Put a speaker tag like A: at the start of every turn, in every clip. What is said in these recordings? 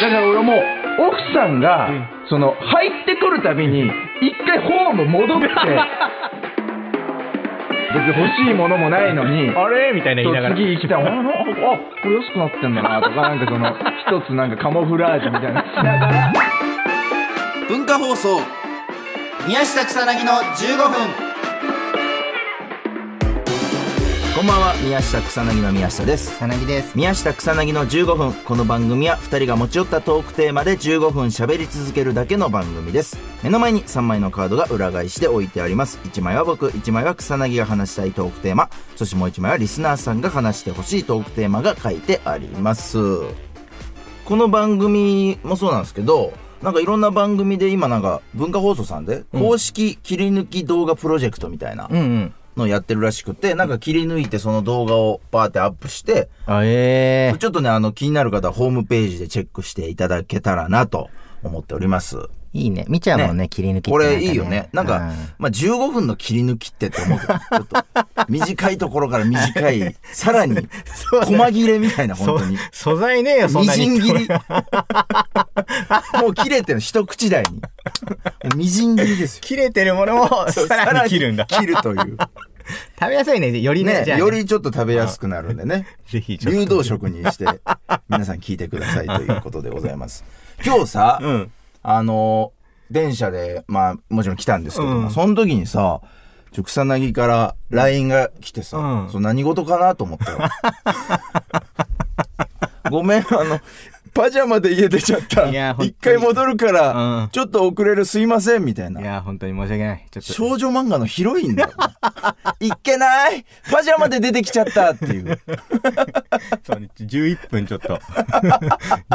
A: だから俺も奥さんが、
B: うん
A: その入ってくるた びに一回ホーム戻って別に欲しいものもないのに
B: あれみたいな言いながら。
A: 次行きたい。あ、あ、あこれ安くなってんだなとか、なんかその、一つなんかカモフラージュみたいなのしながら。
C: 文化放送宮下草薙の15分こんばんは宮下草薙の宮下です
D: 草薙です。
C: 宮下草薙の15分この番組は2人が持ち寄ったトークテーマで15分喋り続けるだけの番組です目の前に3枚のカードが裏返して置いてあります1枚は僕1枚は草薙が話したいトークテーマそしてもう1枚はリスナーさんが話してほしいトークテーマが書いてありますこの番組もそうなんですけどなんかいろんな番組で今なんか文化放送さんで公式切り抜き動画プロジェクトみたいな
D: うんうん。
C: のやってるらしくてなんか切り抜いてその動画をバーってアップして
D: あ、ええ
C: ちょっとね、あの、気になる方はホームページでチェックしていただけたらなと思っております。
D: いいね。見ちゃうもんね、
C: ね
D: 切り抜きって
C: これいいよね。なん
D: う
C: か、まあ、15分の切り抜きってって思うけど、ちょ っと、短いところから短い、さらに、
D: そうだね
C: 細切れみたいな、本当に。
D: そ素材ねえよ、そん
C: み
D: なに。
C: じん切り。 もう切れてる、一口大に。みじん切りですよ。
D: 切れてるも のをさらに切るんだ。
C: さらに切るという。
D: 食べやすいね。よりね、
C: ね
D: じゃあね
C: よりちょっと食べやすくなるんでね。
D: ぜひちょっと
C: 流動食にして、 皆さん聞いてくださいということでござい ます。今日さ、
D: うん
C: あの、電車で、まあ、もちろん来たんですけども、
D: うん
C: その時にさ、ちょ草薙から LINE が来てさ、
D: うん
C: そう何事かなと思ったよ。 ごめん、あの、パジャマで家出ちゃった。
D: いや本当に
C: 一回戻るから、
D: うん。
C: ちょっと遅れるすいません、みたいない
D: や、本当に申し訳ない。ちょっと。
C: 少女漫画のヒロインだよ。 いっけないパジャマで出てきちゃったっていう。
D: そうね11分ちょっと。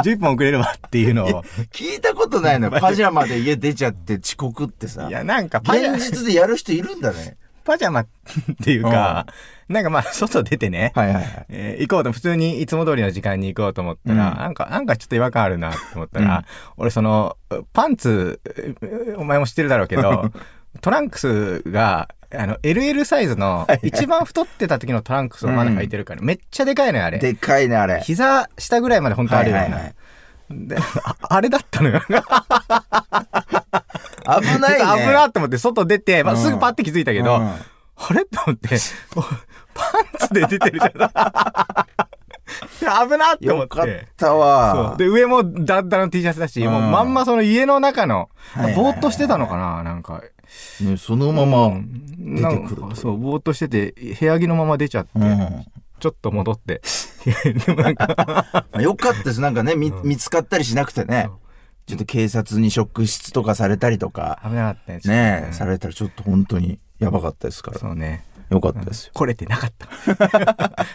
D: 11分遅れるわっていうのを。
C: 聞いたことないの よ。パジャマで家出ちゃって遅刻ってさ。
D: いや、なんかパジャ
C: 現実でやる人いるんだね。
D: パジャマっていうか、なんかまあ、 外出てね。
C: はいはいはい。
D: えー行こうと、普通にいつも通りの時間に行こうと思ったら、
C: うん
D: なんか、なんかちょっと違和感あるなと思ったら、俺その、パンツ、えーお前も知ってるだろうけ ど、トランクスが、あの、LL サイズの、一番太ってた時のトランクスをまだ履いてるから、めっちゃでかいのよ、あれ。
C: でかいね、あれ。
D: 膝下ぐらいまで本当あるような。
C: はいはいはい
D: でああれだったのよ。
C: 危
D: ち
C: ない
D: ょっと
C: ね。
D: 危なって思って、外出て、まあ、
C: うん
D: すぐパッて気づいたけど、
C: うん
D: あれと思って、おパンツで出てるじゃん。で危なって思っ。
C: よかってた
D: そう
C: わ。
D: で、上もダラッダラの T シャツだし、
C: うん
D: もうまんまその家の中の、
C: はいはいはい
D: ぼーっとしてたのかな、なんか。
C: ねそのまま。う。
D: うんん
C: 出てくると
D: なんかそう、ぼーっとしてて、部屋着のまま出ちゃって、ちょっと戻 って。でもなんか、
C: よかったです。なんかね、み見つかったりしなくてね。ちょっと警察に職質とかされたりとか、
D: 危なかったね。ちょっと
C: ねされたらちょっと本当にやばかったですから。
D: そうね。
C: よかったですよ。
D: 来れてなかった。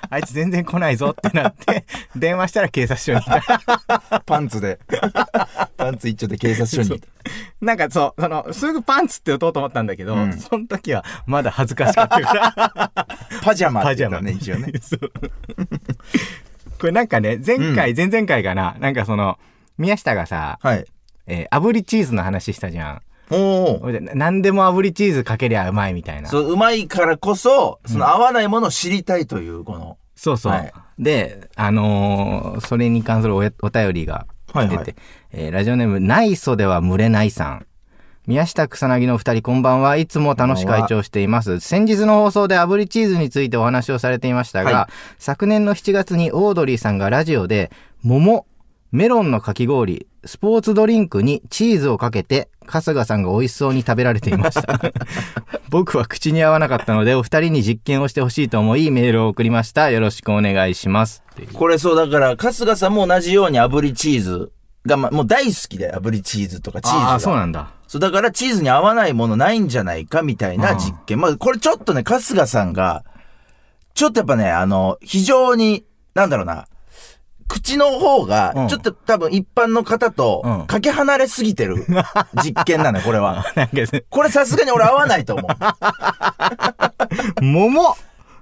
D: あいつ全然来ないぞってなって、電話したら警察署にいた。
C: パン ツで。パンツ一丁で警察署に行った。
D: なんかそう、その、すぐパンツって打とうと思ったんだけど、
C: うん
D: その時はまだ恥ずかしかったから、
C: パジャマ
D: パ
C: って
D: ジ
C: 言
D: ャ
C: った
D: マ
C: ね、一応 ね。。
D: そうこれなんかね、前回、前々回かな、なんかその、宮下がさ、
C: はい。
D: えー炙りチーズの話したじゃん。
C: お
D: ほいでな何でも炙りチーズかけりゃうまいみたいな。
C: そう、うまいからこそ、その合わないものを知りたいという、この。
D: そうそう。
C: はい
D: で、あのーそれに関するおやお便りが来てて、
C: はいはい
D: えーラジオネーム、ない袖は群れないさん。宮下草薙のお二人、こんばんは。いつも楽しく会長しています。先日の放送で炙りチーズについてお話をされていましたが、
C: は
D: 昨年の7月にオードリーさんがラジオで、桃、メロンのかき氷、スポーツドリンクにチーズをかけて、春日さんが美味しそうに食べられていました。 僕は口に合わなかったので、お二人に実験をしてほしいと思い、メールを送りました。よろしくお願いします。っていう
C: これそう、だから、春日さんも同じように炙りチーズが、ま、もう大好きで、炙りチーズとかチーズが。
D: ああ、そうなんだ。
C: そう、だからチーズに合わないものないんじゃないか、みたいな実験。まあ、これちょっとね、春日さんが、ちょっとやっぱね、あの、非常に、なんだろうな、口の方
D: う
C: が
D: ん、
C: ちょっと多分一般の方
D: う
C: と
D: ん、
C: かけ離れすぎ てる実験なのよ、これは。
D: なんかね、
C: これさすがに俺合わな いと思う。
D: 桃、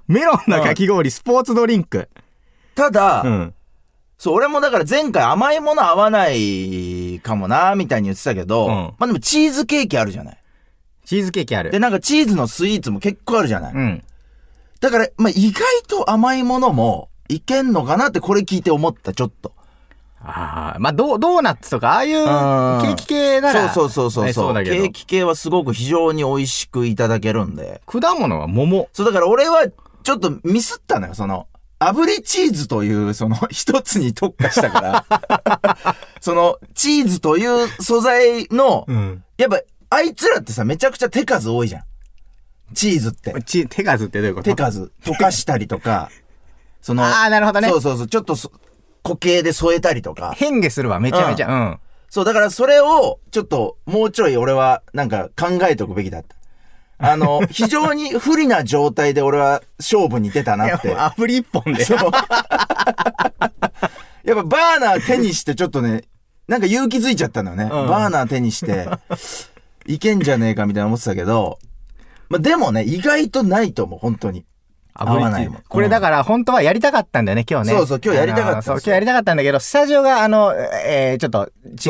D: メロンのかき氷、スポーツドリンク。
C: ただ、
D: ん。
C: そう、俺もだから前回甘いもの合わないかもな、みたいに言ってたけど、
D: うん
C: まあでもチーズケーキあるじゃない。
D: チーズケーキあ
C: で、
D: る。
C: なんかチーズのスイーツも結構あるじゃない。
D: うん。
C: だから、まあ意外と甘いものもいけんのかなってこれ聞いて思った、ちょっと。
D: ああ、まあ、ドードーナツとか、ああいうケーキ系なら、
C: そうそうそうそう
D: ね
C: そう、
D: だけ
C: ケ
D: ど
C: ー、キ系はすごく非常に美味しくいただけるんで。
D: 果物は桃。
C: そう、だから俺は、ちょっとミスったのよ、その、炙りチーズという、その、一つに特化した から、その、チーズという素材の、
D: ん。
C: やっぱ、あいつらってさ、めちゃくちゃ手数多いじゃん。チーズ って。
D: ち、手数ってどういうこと
C: 手数、溶かしたりとか、その、
D: ああ、なるほどね
C: そ。うそうそう、ちょっとそ固形で添えたりとか。
D: 変化するわ、めちゃめちゃ。
C: そう、だからそれを、ちょっと、もうちょい俺は、なんか考えておくべきだった。あの、非常に不利な状態で俺は勝負に出た
D: うん。
C: なっ て。
D: いやアプリ一本で。
C: そう。やっぱバーナー手にしてちょっとね、なんか勇気づいちゃったのよね。バーナー手にして、いけんじゃねえかみたいな思ってたけど、まあでもね、意外とないと思う、本当に。
D: 炙
C: 合わ
D: り
C: な
D: チ
C: い
D: ー
C: もん
D: ズ。これだから、本当はやりたかったんだよね、今日ね。
C: そうそう今日やりたかったんですよ
D: あのそう今日やりたかったんだけど、スタジオが、あの、えーちょっと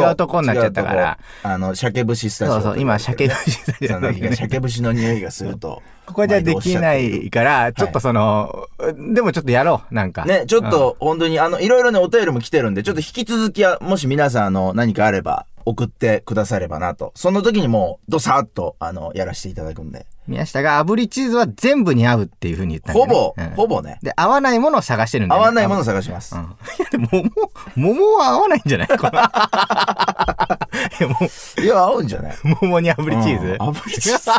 D: 違うとこになっちゃったから。
C: そう。違うとこあの、鮭節スタジオ。
D: そうそう、今、鮭節スタジ
C: 草
D: オなんだ
C: 薙
D: よ
C: が
D: ね
C: 鮭節の匂いがすると。
D: ここじゃできな。いから、ちょっとその、でもちょっとやろう、なんか。
C: ね、ちょっと、本当に、あの、いろいろね、お便りも来てるんで、ちょっと引き続きは、もし皆さん、あの、何かあれば、送ってくださればなと。その時にもう、どさっと、あの、やらせていただくんで。
D: 宮下が炙りチーズは全部に合うっていうふうに言ったんだ
C: ほ
D: よね
C: ぼ、
D: うん
C: ほぼね。
D: で、合わないものを探してるんだ
C: 合
D: よね
C: わないものを探します。
D: うんいや、でも桃、桃は合わないんじゃ ないこのいやも
C: いや、合うんじゃない炙
D: う桃に炙りチーズ、
C: 炙りチーズ。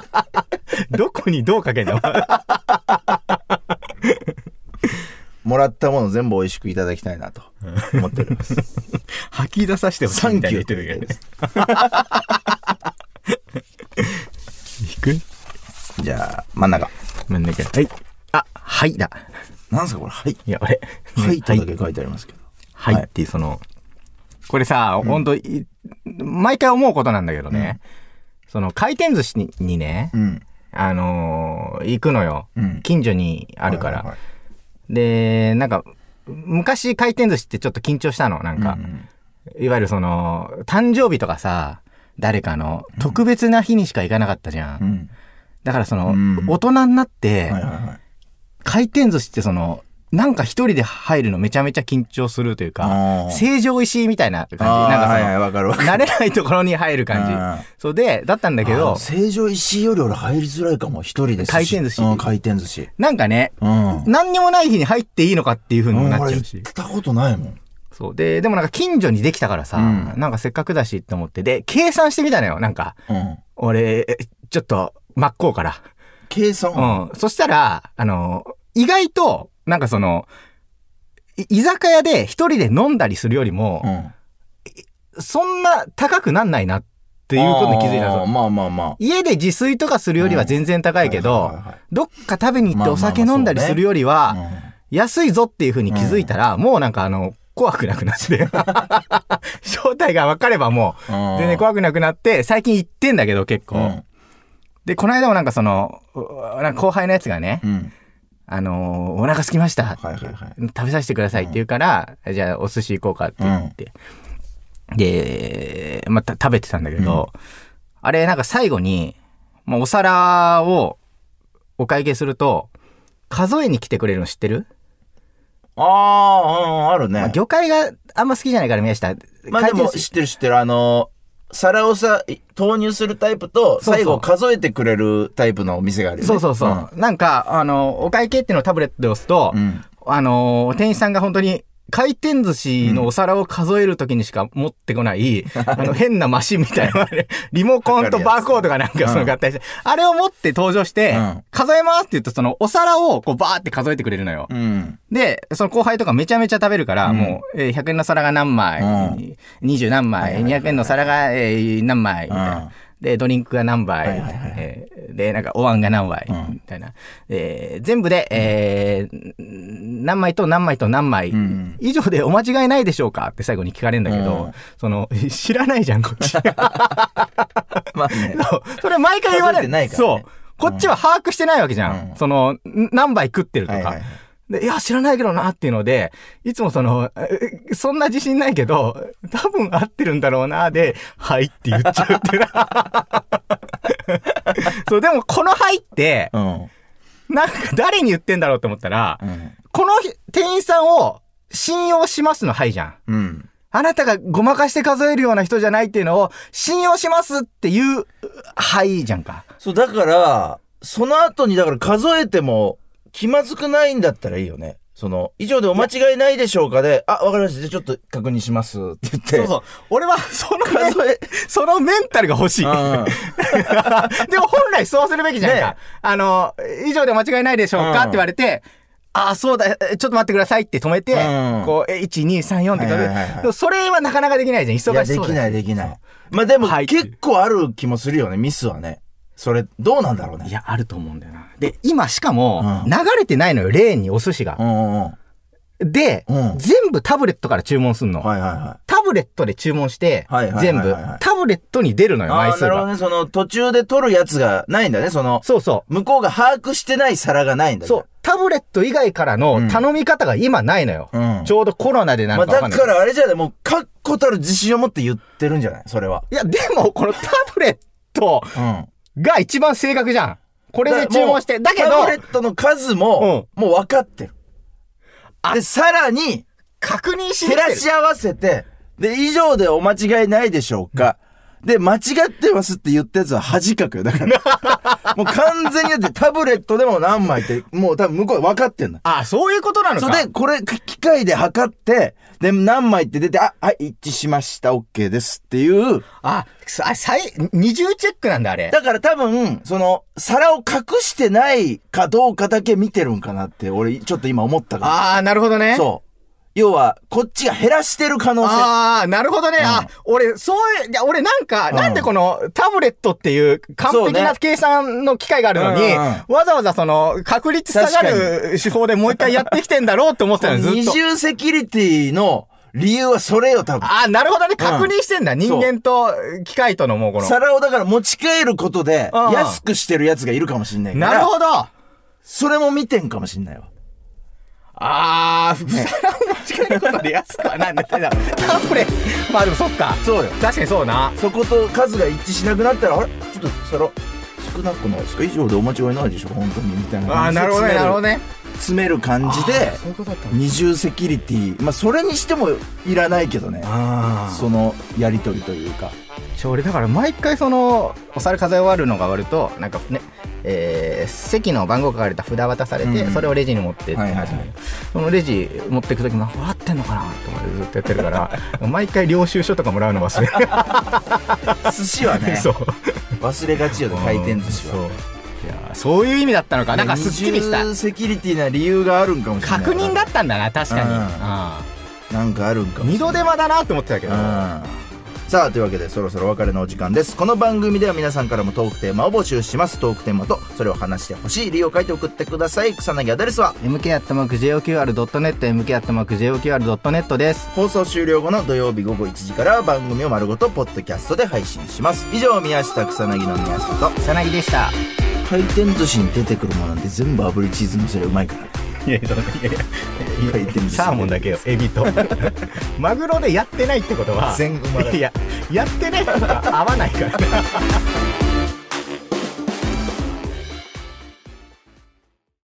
D: どこにどうかけんの
C: もらったもの全部美味しくいただきたいなと思っております。
D: 吐き出させてほし
C: サ
D: い
C: ン
D: みたい
C: キ
D: に
C: ュー
D: 言
C: っ
D: ってる
C: て
D: けど
C: 言いたい。です。
D: 行く
C: じゃあ、真ん中。
D: なんだっけはい。あ、はいだ。
C: なんすかこれ、はい。
D: いや、俺。
C: はいとだけ書いてありますけど。
D: はいっていうその、これさ、ほんとい、毎回思うことなんだけどね、その回転寿司ににね、
C: うん。
D: あのー行くのよ、
C: うん
D: 近所にあ
C: あ
D: るから。で、なんか、昔回転寿司ってちょっと緊張したの、なんか、いわゆるその、誕生日とかさ、誰かの特別な日にしか行かなかったじゃん。
C: うん。
D: だからその、
C: うん
D: 大人になって、
C: はいはいはい。
D: 回転寿司ってその、なんか一人で入るのめちゃめちゃ緊張するという
C: あ
D: か
C: ー、
D: 成城石井みたいな感じ。
C: あー
D: なん
C: はいはい、
D: か
C: わかるわ
D: その、
C: かる。
D: 慣れないところに入る感じ。そうで、だったんだけ
C: あ
D: ど
C: の、成城石井より俺入りづらいかも、一人で
D: 回転寿司
C: うん、回転寿司。
D: なんかね、
C: うん。
D: 何にもない日に入っていいのかっていう風にも
C: うん
D: なっ
C: 俺
D: ちゃう
C: 行
D: し
C: っ。たことないもん。
D: そう。で、でもなんか近所にできたからさ、
C: う
D: なんかせっかくだしって思って。で、計算してみたのよ。なんか、
C: うん。
D: 俺、ちょっと、真っ向から。
C: 計算、
D: うん。そしたら、あの、意外と、なんかその、い居酒屋で一人で飲んだりするよりも、
C: うん。っ
D: そんな高くなんないなっていうことに気づいたぞ。
C: まあまあまあ。
D: 家で自炊とかするよりは全然高いけ
C: はいはい
D: ど
C: はいはい、
D: どっか食べに行ってお酒飲んだりするより
C: う
D: は、
C: ん
D: 安いぞっていうふうに気づいたら、もうなんかあの、怖くなくなって。 正体が分かればもう、全然怖くなくなって、最近行ってんだけど結構。で、この間もなんかその、うなんか後輩のやつがね
C: う、ん。うん。
D: あのー、お腹空きました。
C: はいはいはい
D: 食べさせてくださいって言うから、じゃあお寿司行こうかって言って。で、また食べてたんだけど、あれなんか最後に、まあ、お皿をお会計すると、数えに来てくれるの知ってる、
C: ああ、うん、あるね。
D: まあ、魚介があんま好きじゃないから宮下。
C: まあ
D: 回
C: で
D: 転
C: も
D: 寿司
C: 知ってる知ってる。あの、皿をさ、い投入するタイプ
D: そ
C: と、
D: うそう
C: 最後数えてくれるタイプのお店があるよね。
D: そうそうそう。なんか、あの、お会計っていうのをタブレットで押すと、
C: うん。うん。
D: あのー店員さんが本当に、回転寿司のお皿を数えるときにしか持ってこ ない、あの変なマシンみたいな、リモコンとバーコードがなんかその合体して、あれを持って登場して、
C: うん
D: 数えますって言うとそのお皿をこうバーって数えてくれるのよ。
C: うん。
D: で、その後輩とかめちゃめちゃ食べるから、
C: うん
D: もう、えー100円の皿が何枚、
C: うん
D: 20何枚、200円の皿が、えー何枚、みたい
C: うん
D: な。で、ドリンクが何杯、
C: はいはいはい
D: えーで、なんかお椀が何杯、
C: うん
D: みたいな。えー全部で、えー何枚と何枚と何枚、
C: ん
D: 以上でお間違いないでしょうかって最後に聞かれるんだけど、
C: うん
D: その、知らないじゃん、こっち。
C: まあね。
D: そう それ毎回言われ
C: 数えて
D: る。
C: ないから
D: そ
C: ね
D: う。こっちは把握してないわけじゃん。
C: うん
D: その、ん何杯食ってるとか。
C: はいはいはい
D: でいや、知らないけどなっていうので、いつもその、えそんな自信ないけど、多分合ってるんだろうなで、はいって言っちゃうっていうな。 そう、でもこのはいって、
C: うん。
D: なんか誰に言ってんだろうと思ったら、
C: うん。
D: この店員さんを信用しますのはいじゃん。
C: うん。
D: あなたがごまかして数えるような人じゃないっていうのを信用しますっていう、うはいじゃんか。
C: そう、だから、その後に、だから数えても気まずくないんだったらいいよね。その、以上でお間違いないでしょうかで、あ、わかりました。じゃあちょっと確認しますって言って。
D: そう そう。俺は、その、
C: 数え、
D: そのメンタルが欲しい。
C: う ん。
D: でも本来そうするべきじゃんか。
C: ね
D: あの、以上でお間違いないでしょうか、
C: うん
D: って言われて、ああ、そうだ、えちょっと待ってくださいって止めて、
C: うん
D: こう、え1、2、3、4って
C: はいはいはいはい
D: でもそれはなかなかできないじゃん。忙しそ
C: いう
D: だ
C: や、で
D: し
C: きない、できない。まあでも、
D: はい
C: 結構ある気もするよね、ミスはね。それ、どうなんだろうね。
D: いや、あると思うんだよな。で、今しかも、
C: うん
D: 流れてないのよ、レーンにお寿司
C: う
D: が。
C: んうんうん。は
D: で、
C: うん
D: 全部タブレットから注文すんの。
C: いはいは
D: タブレットで注文して、
C: はいはいはい
D: 全
C: はい
D: 部
C: はいはい、
D: タブレットに出るの
C: い。
D: よ、
C: あ
D: 枚
C: あ、
D: 数
C: なるほど
D: が。
C: ね。その、途中で取るやつがないんだね。その、
D: そうそ
C: 向こうが把握してない皿がないん
D: う。
C: だ
D: そう。。タブレット以外からの頼み方が今ないのよ。
C: うん
D: ちょうどコロナでなん
C: ま
D: か
C: あ、
D: わかんな
C: だ
D: い。
C: からあれじゃね、もう、確固たる自信を持って言ってるんじゃないそれは。
D: いや、でも、このタブレット
C: うん。
D: が一番正確じゃん。こ
C: こ
D: れで注文して。だけど、
C: タブレットの数も、もう分かってる。
D: あ
C: で、さらに、
D: 確認し
C: 照
D: に来て
C: ら
D: る
C: し合わせて、で、以上でお間違いないでしょうか。で、間違ってますって言ったやつは恥かくよ。だから。もう完全にだってタブレットでも何枚って、もう多分向こう分かってんの。
D: あ、そういうことなのか。
C: それで、これ、機械で測って、で、何枚って出て、あ、はい、一致しました、OK ですっていう。
D: あ、さ、さい、二重チェックなんだ、あれ。
C: だから多分、その、皿を隠してないかどうかだけ見てるんかなって、俺、ちょっと今思ったか
D: ああ、なるほどね。
C: ら。そう。要は、こっちが減らしてる可能性。
D: ああ、なるほどね。
C: うん
D: あ、俺、そういう、いや、俺なんか、
C: うん
D: なんでこのタブレットっていう完
C: そう
D: 璧な
C: ね
D: 計算の機械があるのに、
C: うんうん
D: わざわざその、確率下がる手法でもう一回やってきてんだろうって思ってたの、ず
C: 二
D: っと。
C: 重セキュリティの理由はそれよ、多分。
D: ああ、なるほどね。確認してんだ。人間と機械とのもうこの。
C: 皿をだから持ち帰ることで、
D: うんうん
C: 安くしてるやつがいるかもしんないから。
D: なるほど。あ
C: それも見てんかもしんないわ。
D: あー、皿を持ち帰ることで安くはなんだってな。タブレット。まあでもそっか。
C: そうよ。
D: 確かにそうな。
C: そこと数が一致しなくなったら、あれちょっと皿、少なくないですか以上でお間違いないでしょ本当にみたいな
D: ああ、
C: 感じで
D: なるほどね、
C: 詰め
D: なるほどね。
C: 詰める感じで
D: あー、そういうことだったの
C: 二重セキュリティ。まあ、それにしてもいらないけどね。
D: あー
C: そのやりとりというか。
D: ちょ俺だから毎回そのお皿数え終わるのが終わるとなんかね、えー席の番号書かれた札渡されて、
C: うん
D: それをレジに持ってって、
C: はいはいはい
D: そのレジ持ってく時もあ合ってんのかなと思ってずっとやってるから 毎回領収書とかもらうの忘れる、
C: 寿司 はね、
D: そう
C: 忘れがちよね、回転寿司
D: そう
C: は。
D: いやーそういう意味だったのかなんかすっきりした
C: 二重セキュリティな理由があるんかもしれない。
D: 確認だったんだな確かに、
C: うん
D: あ
C: なんかあるん
D: ー
C: かも
D: 二度手間だなって思ってたけ
C: う
D: ど、
C: んさあというわけでそろそろお別れのお時間ですこの番組では皆さんからもトークテーマを募集しますトークテーマとそれを話してほしい理由を書いて送ってください草薙アドレスは
D: mk.joqr.net mk.joqr.net です
C: 放送終了後の土曜日午後1時からは番組を丸ごとポッドキャストで配信します以上宮下草薙の宮下と
D: さなぎでした
C: 回転寿司に出てくるものなんて全部炙りチーズのせれうまいから
D: いやいやいや
C: 回転寿司
D: サーモンだけよエビとマグロでやってないってことは
C: 全うまだ
D: いややってない人が合わないから